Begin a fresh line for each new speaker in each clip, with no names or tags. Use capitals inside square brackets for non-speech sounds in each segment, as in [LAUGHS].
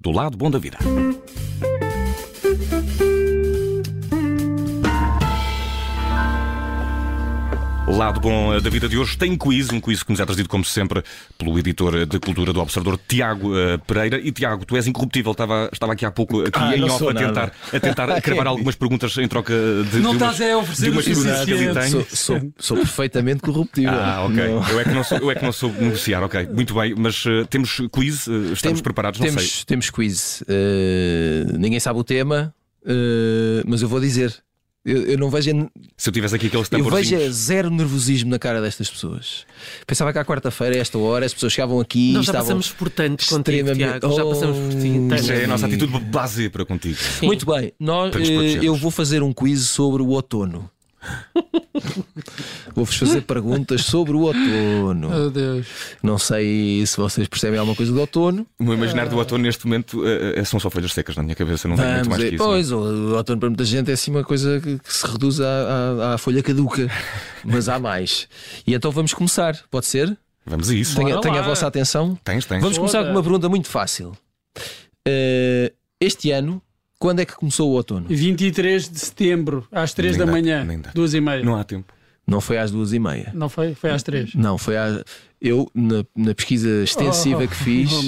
do lado bom da vida. O Lado bom eh, da vida de hoje tem quiz, um quiz que nos é trazido, como sempre, pelo editor eh, de cultura do Observador, Tiago eh, Pereira. E Tiago, tu és incorruptível, estava, estava aqui há pouco aqui
Ah,
em
não
off
sou
a tentar,
nada.
a tentar cravar algumas perguntas em troca de.
Não
de umas-
estás a oferecer
de umas
o suficiente.
perguntas que ele tem.
Sou, sou- sou perfeitamente corruptível.
Ah, ok.
Não.
Eu é, que não sou, eu é que não sou negociar, ok. Muito bem, mas eh, temos quiz, eh, estamos
Tem-
preparados, não
temos,
sei.
Temos quiz. Eh, ninguém sabe o tema, eh, mas eu vou dizer. Eu, eu não vejo.
Se eu tivesse aqui aqueles
Eu
tamborzinhos.
vejo é zero nervosismo na cara destas pessoas. Pensava que à quarta-feira, a esta hora, as pessoas chegavam aqui e
Nós já
estavam.
passamos por tanto contigo,
extremamente-
Tiago. Já passamos por ti. tanto.
Isto é a nossa atitude base para contigo.
Sim.
Muito bem, nós,
Para nos
eh,
protegermos.
eu vou fazer um quiz sobre o
[LAUGHS]
outono. Vou-vos fazer perguntas sobre o outono.
Meu Deus.
Não sei se vocês percebem alguma coisa do outono.
O meu imaginar do outono neste momento eh, eh, são só folhas secas na minha cabeça, não tem muito mais
Vamos,
que
é,
isso. não é?
pois, o outono para muita gente é assim uma coisa que, que se reduz à, à- à folha
[LAUGHS]
caduca, mas há mais. E então vamos começar, pode ser?
Vamos a isso.
Bora
Tenha,
lá.
tenha a vossa atenção.
Tens, tens.
Vamos começar com
Toda.
uma pergunta muito fácil. Eh, este ano, quando é que começou o outono?
23 de setembro, às 3
Nem
da
dá,
manhã,
nem dá.
duas e meia. Não,
Não há tempo.
Não foi às duas e meia.
foi? Foi às 3.
Não, foi à. Eu, na, na pesquisa extensiva que fiz,
oh,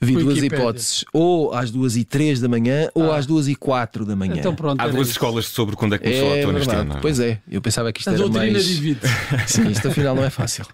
vi duas
Wikipédia.
hipóteses. Ou às duas e três da manhã, ou às duas e quatro da manhã.
Então pronto.
Há
era
duas
isso.
escolas sobre quando é que começou o
É
outono este
verdade.
ano.
Pois é, eu pensava que isto
A
era
doutrina
mais.
divide.
Sim, isto afinal não é fácil.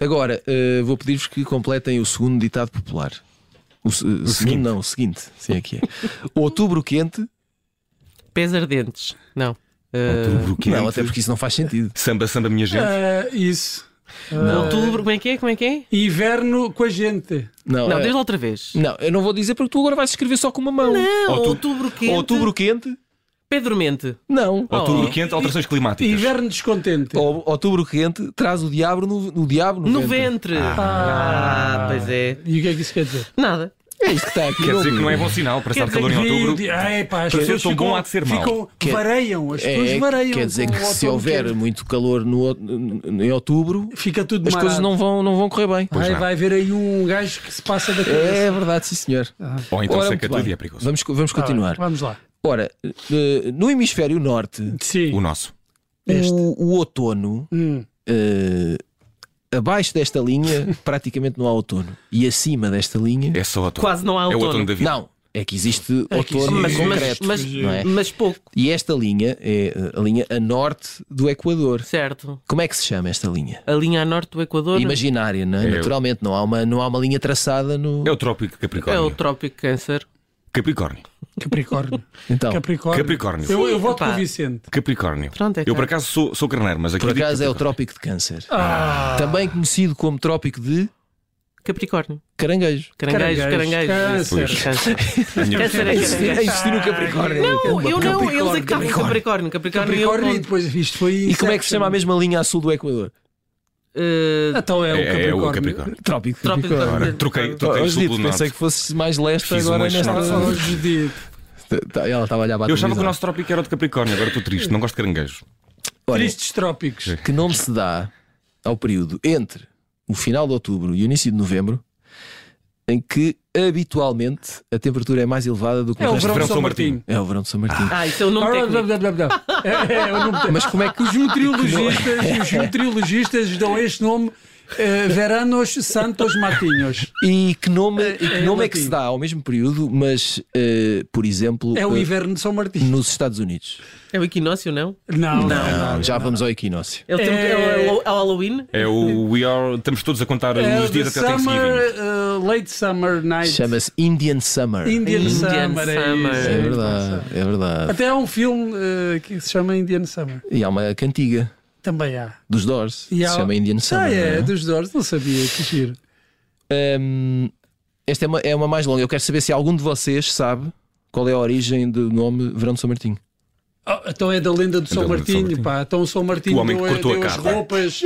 Agora, eh, vou pedir-vos que completem o segundo ditado popular. O, se- segundo,
seguinte.
não, o seguinte. Sim, aqui é. Outubro quente.
Pés ardentes. Não. Uh,
Outubro quente.
eh, Não, até porque isso não faz sentido.
Samba, samba, minha gente.
Ah, isso. Ah,
Outubro, como é que é? Como é que é?
Inverno com a gente.
Não,
Não,
é-
desde outra vez.
não, eu não vou dizer porque tu agora vais escrever só com uma mão.
Não,
Outu-
outubro quente.
Outubro quente?
Pé dormente.
Não.
Outubro
Oh.
quente, alterações climáticas.
Inverno descontente.
Ou- Outubro quente traz o diabo no, o diabo no,
No
ventre.
ventre.
Ah.
Ah, pois é.
E o que é que isso quer dizer?
Nada.
É isto que está aqui.
Quer
no
dizer que não é
livro.
bom sinal para estar
Quer
calor em
Rio
outubro.
de- Ah, epá, as
Para
pessoas
ser tão bom,
ficam-
há de ser mau. é-
ficam-
Quer-
Vareiam, as pessoas
É,
vareiam.
quer dizer
com
que
o
se
outono
houver
quente.
muito calor no, em outubro,
Fica tudo
as
marado.
coisas não vão, não vão correr bem.
Pois
Ai,
não.
vai haver aí um gajo que se passa
Ah.
da cabeça.
É verdade, sim senhor.
Ou então seca
Ora, muito
tudo
bem.
e é perigoso.
Vamos, co- vamos
Tá bem,
continuar.
Vamos lá.
Ora, eh, no hemisfério norte,
Sim.
O nosso.
Este.
o, o outono,
Hum.
eh, abaixo desta linha, [LAUGHS] praticamente não há outono. E acima desta linha,
É só outono.
Quase não há
É o
outono.
outono da vida.
não. É que existe
É que
um
outono
Mas,
existe.
mas,
concreto.
mas,
não é?
mas pouco,
E esta linha é eh, a linha a norte do Equador.
certo?
Como é que se chama esta linha?
A linha a norte do Equador
Imaginária, não é?
É.
Naturalmente, não há, uma, não há uma linha traçada no.
É o trópico
é
Capricórnio.
o trópico câncer.
Capricórnio.
Capricórnio.
Então,
Capricórnio.
Capricórnio.
Eu, eu
Sim,
voto
epá.
com o Vicente.
Capricórnio.
Pronto, é
Eu por
claro.
acaso sou, sou carneiro, mas aqui
por
digo
acaso é o
Capricórnio.
Trópico de Câncer.
Ah,
Também conhecido como Trópico de
Capricórnio.
Caranguejo.
Caranguejo, caranguejo.
Câncer.
Isso, Câncer.
[LAUGHS]
Câncer é
Isso
caranguejo.
é existir no Capricórnio. um
Não, eu não,
Capricórnio,
eles é que estavam com Capricórnio. Capricórnio, e eu
Capricórnio e
com-
depois isto foi.
E como é que se chama a mesma linha a sul do Equador?
Eh,
Então é,
É, é
o
o
Capricórnio.
Capricórnio.
Trópico de
Trópico de
Capricórnio.
Ora, troquei, troquei o
Hoje
sul
dito,
pelo
Oh, pensei
norte.
que fosse mais leste
Fiz
agora
um
nesta.
eixo
Só hoje dito.
Tá, Ela estava a olhar para a
Eu achava que o
televisão.
nosso trópico era o de Capricórnio, agora estou triste, não gosto de caranguejos.
Olha,
Tristes trópicos.
que nome se dá ao período entre o final de outubro e o início de novembro, em que habitualmente a temperatura é mais elevada do que
É
o
o
resto
verão de
São
São Martinho.
É o verão de São Martinho.
Ah, isso é o nome
Blá, blá,
técnico.
blá, blá, blá. É, é, o nome técnico.
Mas como é que
Os nutriologistas,
[LAUGHS]
os nutriologistas dão este nome eh, Veranos Santos Martinhos.
E que nome, e que
É
nome é que
latim.
se dá ao mesmo período, mas, eh, por exemplo,
É o
eh,
inverno de São Martinho.
nos Estados Unidos?
É o equinócio, não?
Não, não,
Não,
não.
já vamos ao equinócio.
É o, tempo-
É.
é o Hallo- é o Halloween?
É o We Are. Estamos todos a contar
É
os
the
dias até
summer,
Thanksgiving.
eh, late summer night.
Chama-se Indian Summer.
Indian,
Indian
Summer. é
Summer.
isso.
É verdade, é verdade.
Até há um filme eh, que se chama Indian Summer.
E há uma cantiga
Também há.
dos Doors
E
que
há-
se chama Indian Summer.
Ah, é,
não é?
dos Doors, não sabia, que giro.
Hum, esta é uma, é uma mais longa. Eu quero saber se algum de vocês sabe qual é a origem do nome Verão de São Martinho.
Ah, então é da lenda do São
lenda do São
Martinho,
Martinho.
pá. Então o São Martinho
O homem que
deu,
cortou a
deu as
carne.
roupas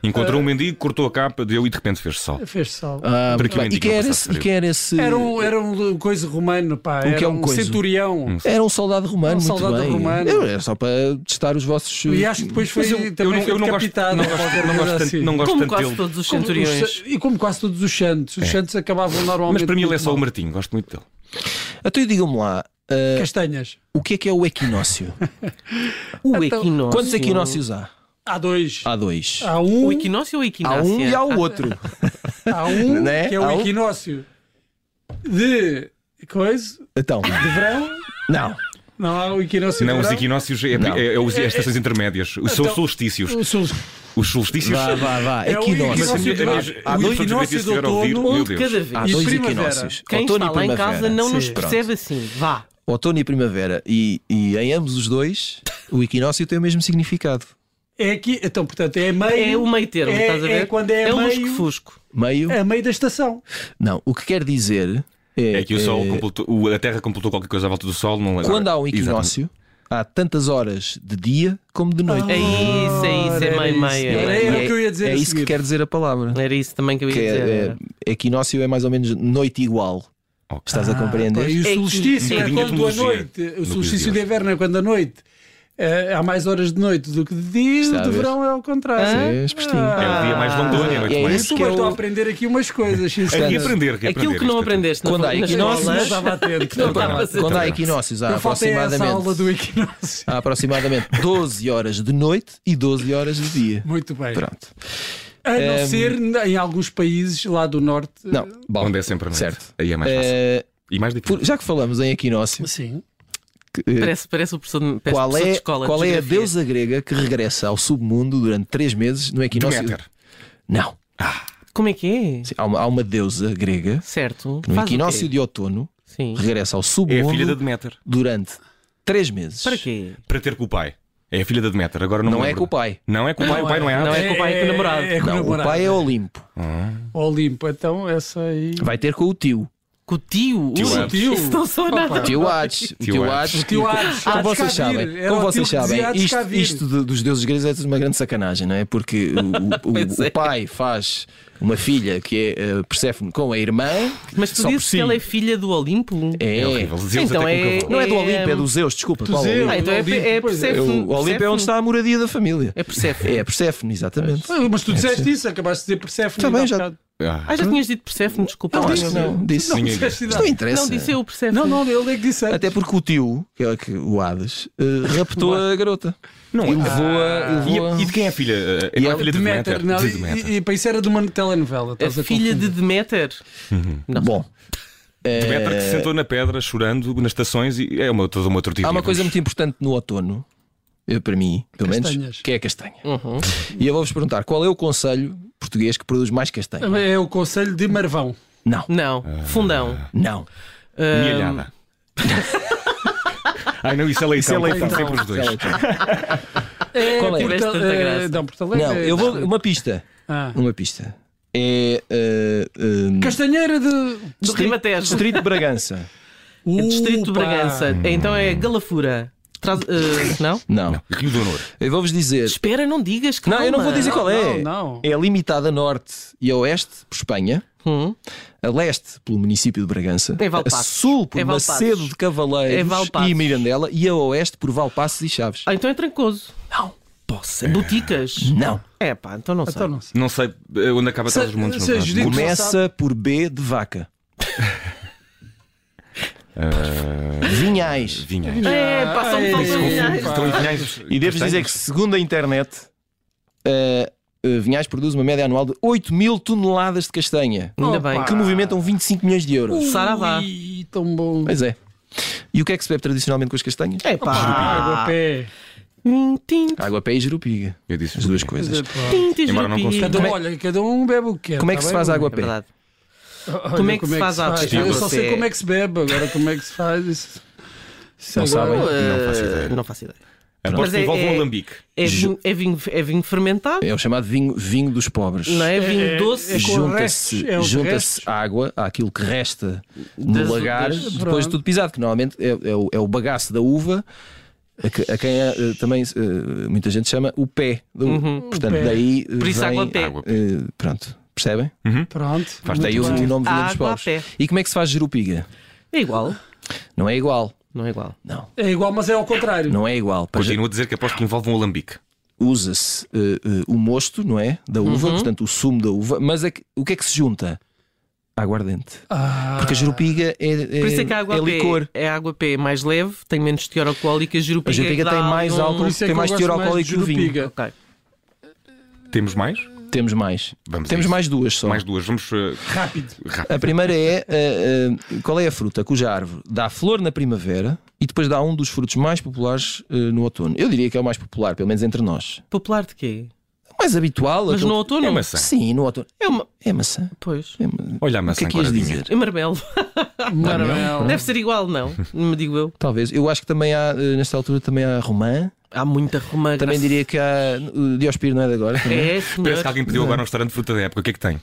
Encontrou um mendigo, cortou a capa, deu e de repente fez sol.
[LAUGHS] Fez sol.
Ah, muito
Porque
bem. E
mendigo
quem
não
era
passa
esse? E quem era esse?
Era um, era um coisa romano, pá.
que
Era
é um
um
coisa?
centurião.
Era um soldado romano,
Um
muito
soldado
bem.
romano.
Eu- Era só para testar os vossos.
E acho que depois foi
Mas eu, eu,
também
não,
foi
eu não gosto,
decapitado.
não gosto, não gosto tanto, não gosto
Como
tanto
quase
dele.
todos os
assim. Como
centuriões.
os- e como quase todos os santos. Os santos acabavam normalmente.
É. Mas para mim ele é
muito
só o
mal.
Martinho, gosto muito dele.
Então digam-me lá, ah,
Castanhas.
o que é que é o equinócio?
O
Então,
equinócio.
Quantos equinócios há?
Há dois.
Há dois.
Há um,
O equinócio ou a
Há
equinácia?
um e há o outro.
há
[LAUGHS]
[LAUGHS]
um
Né?
que é o
Há um.
equinócio de coisa,
Então,
de verão. [LAUGHS]
não.
Não há o equinócio
Não,
de
os
verão.
equinócios é, é, é, os- é as estações intermédias. Os- São os
Então-
solstícios.
O sol-
Os solstícios.
Vá, vá, vá.
É o
Mas
Equinócio.
a
equinócio
minha-
de
a minha-
verão.
a
O
minha pessoa
equinócio
que
de
estiver a ouvir,
outono,
meu
Um de
Deus.
cada vez.
Há
E
Ah, dois
primavera.
equinócios.
Quem
outono
está
e
lá em
primavera.
casa não nos
Sim.
percebe assim. Vá.
Outono e primavera. E, e em ambos os dois, o equinócio tem o mesmo significado.
É aqui, então, portanto, é meio.
É o meio termo,
é-
estás a ver? um
é quando é
o
meio-
lusco-fusco.
Meio.
É meio da estação.
Não. O que quer dizer é,
É que o Sol completou, o- a Terra completou qualquer coisa à volta do Sol, não lembro.
quando há um
Exatamente.
equinócio, há tantas horas de dia como de noite.
É isso, é isso, é
Ora,
meio,
Ah, era
meio.
isso.
é
Era
meio.
o que eu ia dizer
é
a
isso que
seguir.
quer dizer a palavra.
Era isso também que eu ia
Que é-
dizer.
é,
era.
equinócio é mais ou menos noite igual.
Ok.
Estás a compreender?
E o
É que-
solstício
um
é
bocadinho de
quando a
tecnologia
noite.
no
O solstício
Brasil.
de inverno é quando a noite. eh, há mais horas de noite do que de dia,
Está
o
a
de
ver?
verão é ao contrário.
Ah.
Sim, és pestinho.
Tá,
É o dia mais longo do ano, e a noite
é
mais.
isso
Isso
que é
estou
o-
a aprender aqui umas coisas.
É que
sinceramente.
aprender, que é
Aquilo
aprender,
que não
isto é-
aprendeste na
Quando há
na
equinócios,
escola, eh?
Não estava atento.
então não
Não,
estava a ser
Quando há
tão-
equinócios, há
Eu faltei a essa aula
aproximadamente,
do equinócio.
há aproximadamente 12 horas de noite e 12 horas de dia.
Muito bem.
Pronto.
A não
Ehm,
ser em alguns países lá do norte.
Não, bom,
Onde é sempre a noite.
Certo.
Aí é mais fácil.
Eh,
E mais difícil.
por- já que falamos em equinócio,
Sim.
que, eh,
Parece, parece o professor de, parece
qual
professor de
é,
escola. de
qual é a
geografia.
deusa grega que regressa ao submundo durante 3 meses no equinócio?
Deméter.
Não.
Como é que é?
Sim, há, uma, há uma deusa grega
Certo.
que no
Faz o
equinócio
quê?
de outono
Sim.
regressa ao
É a filha da
submundo
Deméter.
durante 3 meses.
Para quê?
Para ter com o pai. É a filha da Deméter. Agora não,
Não
me
é
lembro.
com o pai.
Não é com o pai, o pai não é
Não
Hades.
é com o pai, é com o namorado. né?
É com o
Não, o
namorado.
pai é Olimpo.
Olimpo. Então, essa aí.
Vai ter com o tio.
Com o tio?
Tio
Ui,
Hades.
Tio.
Isso não sou nada.
O tio Hades. O
Tio
tio Hades.
Tio Hades.
Como
Hades
vocês
Cavir.
sabem,
Era
como
o tio
vocês
que dizia
sabem
Hades
isto,
Cavir.
isto de- dos deuses gregos é uma grande sacanagem, não é? Porque o, o-
Pois
o
é.
pai faz uma filha que é eh, Perséfone com a irmã.
Mas
só
tu
por
dizes que
si.
ela é filha do Olimpo?
É,
É horrível. Dizemos
Então
até com
é-
o cavalo.
Não é do
É,
Olimpo, é
hum,
do Zeus, desculpa.
do
qual
Zeus.
Olimpo?
Ah, então é,
Olimpo,
é
pois é.
É O
Perséfone.
Olimpo é
Perséfone.
onde está a moradia da família.
É Perséfone.
É a Perséfone, exatamente.
Ah, Mas tu disseste isso, acabaste de dizer Perséfone.
Também
há
já-
bocado.
Ah,
Ah, É já tinhas dito Perséfone, desculpa.
Não,
lá.
acho que não. é Disse.
Não,
Ninguém-
disseste
Isto não
nada.
interessa.
Não, disse eu Perséfone.
não, não, ele é que disse antes.
Até porque o tio, que é o que- o Hades, eh, raptou a garota. Não e levou-a.
é. E,
levou-a-
a- e de quem é a filha? É,
E
não é
é
a filha de Deméter.
Deméter, não,
De
e-
Deméter.
E, e para isso era de uma telenovela.
A
estás
É filha de
confundir.
Deméter. Não.
Bom,
Deméter que se sentou na pedra chorando nas estações e é uma, toda uma tortilha.
Há uma coisa muito importante no outono, eu, para mim, pelo menos,
Castanhas.
que é a castanha.
Uhum.
E eu vou-vos perguntar: qual é o conselho português que produz mais castanha?
É o conselho de Marvão.
Não,
Não.
Ah,
Fundão.
não.
Ah,
Mielhada. Ai não, isso é leitão.
é leitão.
confundo Sempre os dois.
É,
Qual é?
Porto-
Tiveste tanta
é,
graça.
Não, Porto Alegre.
Não,
é-
eu vou. Uma pista.
Ah.
Uma pista. É. Uh,
Castanheira de.
Do Ribatejo.
Distrito de Bragança.
É Distrito de
Upa!
Bragança. É, Então é Galafura. Traz- ah, não?
Não.
Rio do Honor.
Eu vou-vos dizer.
Espera, não digas.
Não, eu não vou
calma.
dizer qual é.
Não, não.
É limitada a norte e a oeste por Espanha,
Hum.
a leste pelo município de Bragança,
É Valpassos.
a sul por
É Valpassos.
Macedo de
É
Cavaleiros
Valpassos.
e Mirandela e a oeste por Valpassos e Chaves.
Ah, então é Trancoso.
Não.
Posso. Boticas.
Não.
É pá, então não sei.
Então não sei.
Não sei eh, onde acaba
Se-
todos os montes. não
se
é?
a Judite-
Muito-
Começa por B de vaca. Vinhais.
Eh, Vinhais.
É pá, só me
Ai,
faltam
ai,
milhares.
pá.
Estão em vinhais.
E devo dizer que, segundo a internet, eh, eh, Vinhais produz uma média anual de 8 mil toneladas de castanha,
Ainda
Opa.
bem.
que movimentam 25 milhões de euros.
Saravá.
Ui, tão bom.
Pois é. E o que é que se bebe tradicionalmente com as castanhas?
É pá.
Água, pé.
Tim, tim,
Água, pé e jerupiga.
Eu disse
As duas
Judite.
coisas.
tim, tim,
Embora não
jurupi.
consiga.
Cada um, Então, olha, cada um bebe o que quer.
é Como é que
tá
se
bem?
faz a água
É
pé?
verdade.
Olha,
Como é que se faz a água?
Eu só sei
Você-
como é que se bebe, agora como é que se faz isso. isso
Não
agora-
sabem?
Não faço
Ah,
ideia.
Não faço ideia.
Aposto
Mas
que
é-
envolve um
é-
alambique.
É vinho, é vinho, é vinho fermentado,
É o chamado vinho, vinho dos pobres.
não é? Vinho
é-
doce.
é com
Junta-se
restos, é os
junta-se
restos.
água àquilo que resta no
Das-
lagar,
das-
depois de tudo pisado, que normalmente é, é o, é o bagaço da uva a, que- a quem eh, também eh, muita gente chama o pé do Portanto,
Uhum. pé.
daí. eh,
Por isso,
vem,
água a pé.
Água.
eh, pronto, percebem?
Pronto.
Faz
muito
daí o
bem.
nome dos
Água
nomes
a
povos.
pé.
E como é que se faz jerupiga?
É igual.
Não é igual.
Não é igual.
Não,
É igual, mas é ao contrário.
não é igual. Para
Continuo a dizer que aposto que envolve um alambique.
usa-se eh, eh, o mosto, não é? Da
Uhum.
uva, portanto, o sumo da uva, mas é que- o que é que se junta? Aguardente.
Ah,
Porque a jerupiga é, é,
Por isso é que a água
é
a pé
licor.
é a água a pé mais leve, tem menos teor alcoólico e a
A
jerupiga,
jerupiga
dá
tem mais
algum-
álcool,
Por isso é que
tem
eu
mais
gosto
teor
mais de
alcoólico que o vinho.
jerupiga.
Ok.
Temos mais?
Temos mais.
Vamos a
Temos
isso.
mais Então. duas só.
Mais duas. Vamos eh,
rápido.
rápido.
A primeira é eh, eh, qual é a fruta cuja árvore dá flor na primavera e depois dá um dos frutos mais populares eh, no outono. Eu diria que é o mais popular, pelo menos entre nós.
Popular de quê?
O mais habitual.
Mas
aquele-
no outono?
É maçã.
Sim, no outono.
É uma...
É maçã.
Pois.
É ma-
Olha a
O que
maçã
é que ias
coradinha.
dizer?
É marmelo.
é
Maranhão.
[LAUGHS] Deve ser igual, não? Me digo eu.
Talvez. Eu acho que também há, eh, nesta altura, também há romã.
Há muita romã.
Também diria que há. O Diospiro não é de agora. também.
É,
Parece
senhor.
que alguém pediu agora um restaurante de fruta da época. O que é que tem?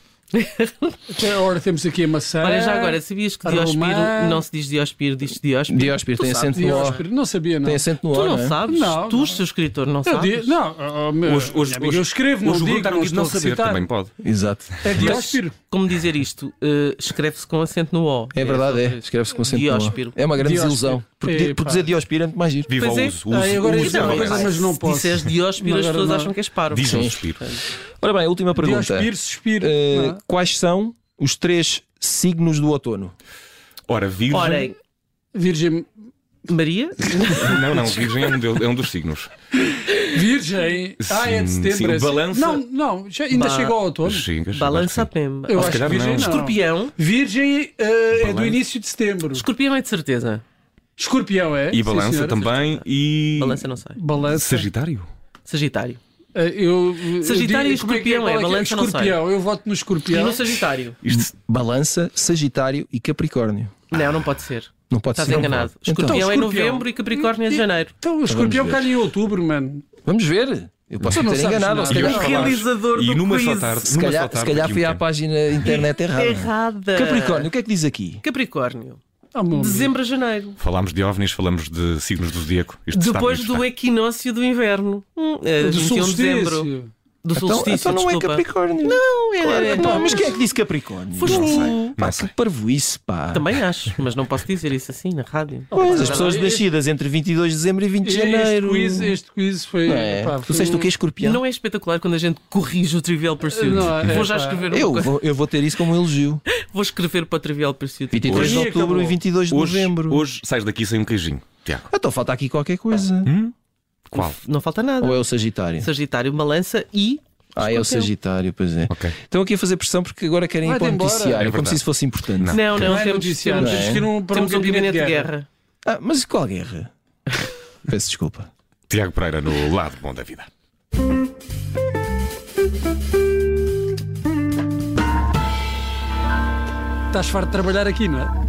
Agora temos aqui a maçã.
Olha, já agora, sabias que
Romã.
Diospiro não se diz Diospiro, diz Diospiro?
Diospiro tem acento no O.
Dióspiro. Não sabia, não.
Tem acento no O.
Tu não
é?
sabes?
Não,
tu,
não.
seu escritor, não
Eu
sabes?
digo, não, oh, meu,
Hoje- hoje-
minha amiga,
hoje-
eu escrevo,
Hoje o
não digo,
Bruno está
não
no
estou a
ser,
sabitar.
também pode.
Exato.
É
Mas,
dióspiro.
como dizer isto? eh, Escreve-se com acento no O.
É verdade, é.
só-
Escreve-se com acento
Diospiro.
no O. É uma grande
Diospiro.
desilusão. Porque, di-
Epá.
porque dizer Diospiro é muito mais giro.
Viva
Pois é.
o uso. uso,
Ah, agora
uso,
isso é uma
uso.
coisa, mas não posso.
Se disseres Diospiro,
Mas
as
agora
pessoas
não.
acham que és parvo.
Diz um
Sim.
suspiro.
Ora bem, a última pergunta.
Diospiro, suspiro.
Eh,
Não. é?
quais são os três signos do outono?
Ora, virgem.
Ora,
Virgem.
Maria,
[LAUGHS] Não, não, virgem é um, de- é um dos signos.
Virgem. Ah, é de
Sim, sim,
setembro. é assim.
balança-
Não, não, já- ainda
Ba-
chegou ao outono.
Gingas,
balança a
acho que
pemba.
Eu
Ah,
se
acho que
calhar
virgem
não.
não.
Escorpião,
Virgem eh, é do
Balança.
início de setembro.
escorpião é de certeza.
Escorpião é.
sim. E
sim,
balança
senhora.
também. E.
Balança não sai.
Balança.
Sagitário?
Sagitário.
Eh, eu- eu
Sagitário
digo-
e
como
escorpião é,
qual que
balança não sai.
Escorpião, eu voto no
E
escorpião.
no Sagitário?
Hum.
Isto
Balança, Sagitário e Capricórnio.
Não, não pode ser.
Não pode
Estás
ser.
enganado.
Então,
Escorpião é em
Escorpião.
novembro e Capricórnio é de janeiro.
Então, o escorpião
ver.
cai em outubro, mano.
vamos ver. Eu posso
Tu não
ter
sabes
enganado.
nada.
Se calhar,
E hoje-
Realizador
E
do
numa
quiz.
só tarde. um
se calhar, se calhar
um
fui à página internet errada.
Errada.
Capricórnio, o que é que diz aqui?
Capricórnio.
Ah, meu amigo.
Dezembro a janeiro.
Falámos de ovnis, falámos de signos do zodíaco. Isto está
Depois
bonito,
do
está.
equinócio do inverno. Hum, eh,
Do
21 de dezembro.
solstício.
Do
Então,
solstício,
então não é
desculpa.
Capricórnio.
Não, é-
Claro
é-
que não, mas quem é que disse Capricórnio?
Foste
Não sei.
tu.
Pá,
Não
que
sei.
parvoíce, pá.
Também acho, mas não posso dizer isso assim na rádio.
Pois, as pessoas
Este-
nascidas entre 22 de dezembro e 20 de
Este
janeiro.
quiz, este quiz foi.
Não é?
pá,
Tu
foi
sabes do
um-
que é escorpião?
Não é espetacular quando a gente corrige o Trivial Pursuit.
Não, é,
vou já
pá.
escrever uma
Eu
coisa.
vou, eu vou ter isso como um elogio.
Vou escrever para o Trivial Pursuit.
23 de
Hoje
outubro e
acabou.
22 de
Hoje,
novembro.
hoje sais daqui sem um queijinho. Tiago.
Então falta aqui qualquer coisa.
Qual?
Não falta nada.
Ou é o Sagitário?
Ah, Sagitário, balança e.
Ah, é o
Escorpião.
Sagitário, pois é.
Ok.
Estão aqui a fazer pressão porque agora querem ir
Vai-te
para o
embora. É
noticiário, como
verdade.
se isso fosse importante.
Não, não,
Não é
temos,
notícia,
temos,
não é?
temos que ir um- para
temos um gabinete de guerra.
Ah, mas qual guerra? Peço desculpa.
Tiago Pereira no lado bom da vida.
Estás um- farto de trabalhar aqui, não é?